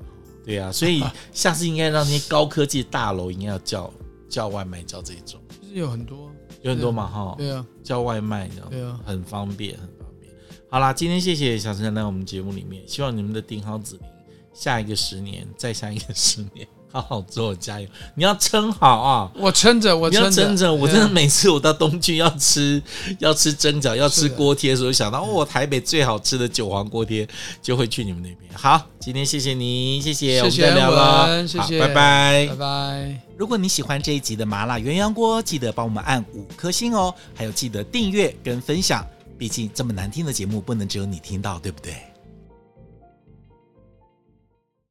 [SPEAKER 1] 对啊，所以下次应该让那些高科技大楼应该 要叫叫外卖，叫这一种
[SPEAKER 2] 其实有很多，
[SPEAKER 1] 有很多嘛哈，
[SPEAKER 2] 对啊，
[SPEAKER 1] 叫外卖这样
[SPEAKER 2] 对啊，
[SPEAKER 1] 很方便，很方便。好啦，今天谢谢小陈来我们节目里面，希望你们的顶好子民下一个十年，再下一个十年，好好做，加油！你要撑好啊，
[SPEAKER 2] 我撑着，我
[SPEAKER 1] 你要
[SPEAKER 2] 撑
[SPEAKER 1] 撑着，我真
[SPEAKER 2] 对
[SPEAKER 1] 的
[SPEAKER 2] 哦啊
[SPEAKER 1] 每次我到东区要吃要吃蒸饺，要吃
[SPEAKER 2] 是的啊
[SPEAKER 1] 锅贴的时候，想到哦，台北最好吃的韭黄锅贴，就会去你们那边。好，今天谢谢你，谢谢，
[SPEAKER 2] 谢
[SPEAKER 1] 我们再
[SPEAKER 2] 谢
[SPEAKER 1] 聊
[SPEAKER 2] 恩
[SPEAKER 1] 了，
[SPEAKER 2] 文谢
[SPEAKER 1] 好
[SPEAKER 2] 谢
[SPEAKER 1] 拜拜
[SPEAKER 2] 啊拜。拜。
[SPEAKER 1] 如果你喜欢这一集的麻辣鸳鸯锅，记得帮我们按五颗星哦，还有记得订阅跟分享，毕竟这么难听的节目不能只有你听到，对不对？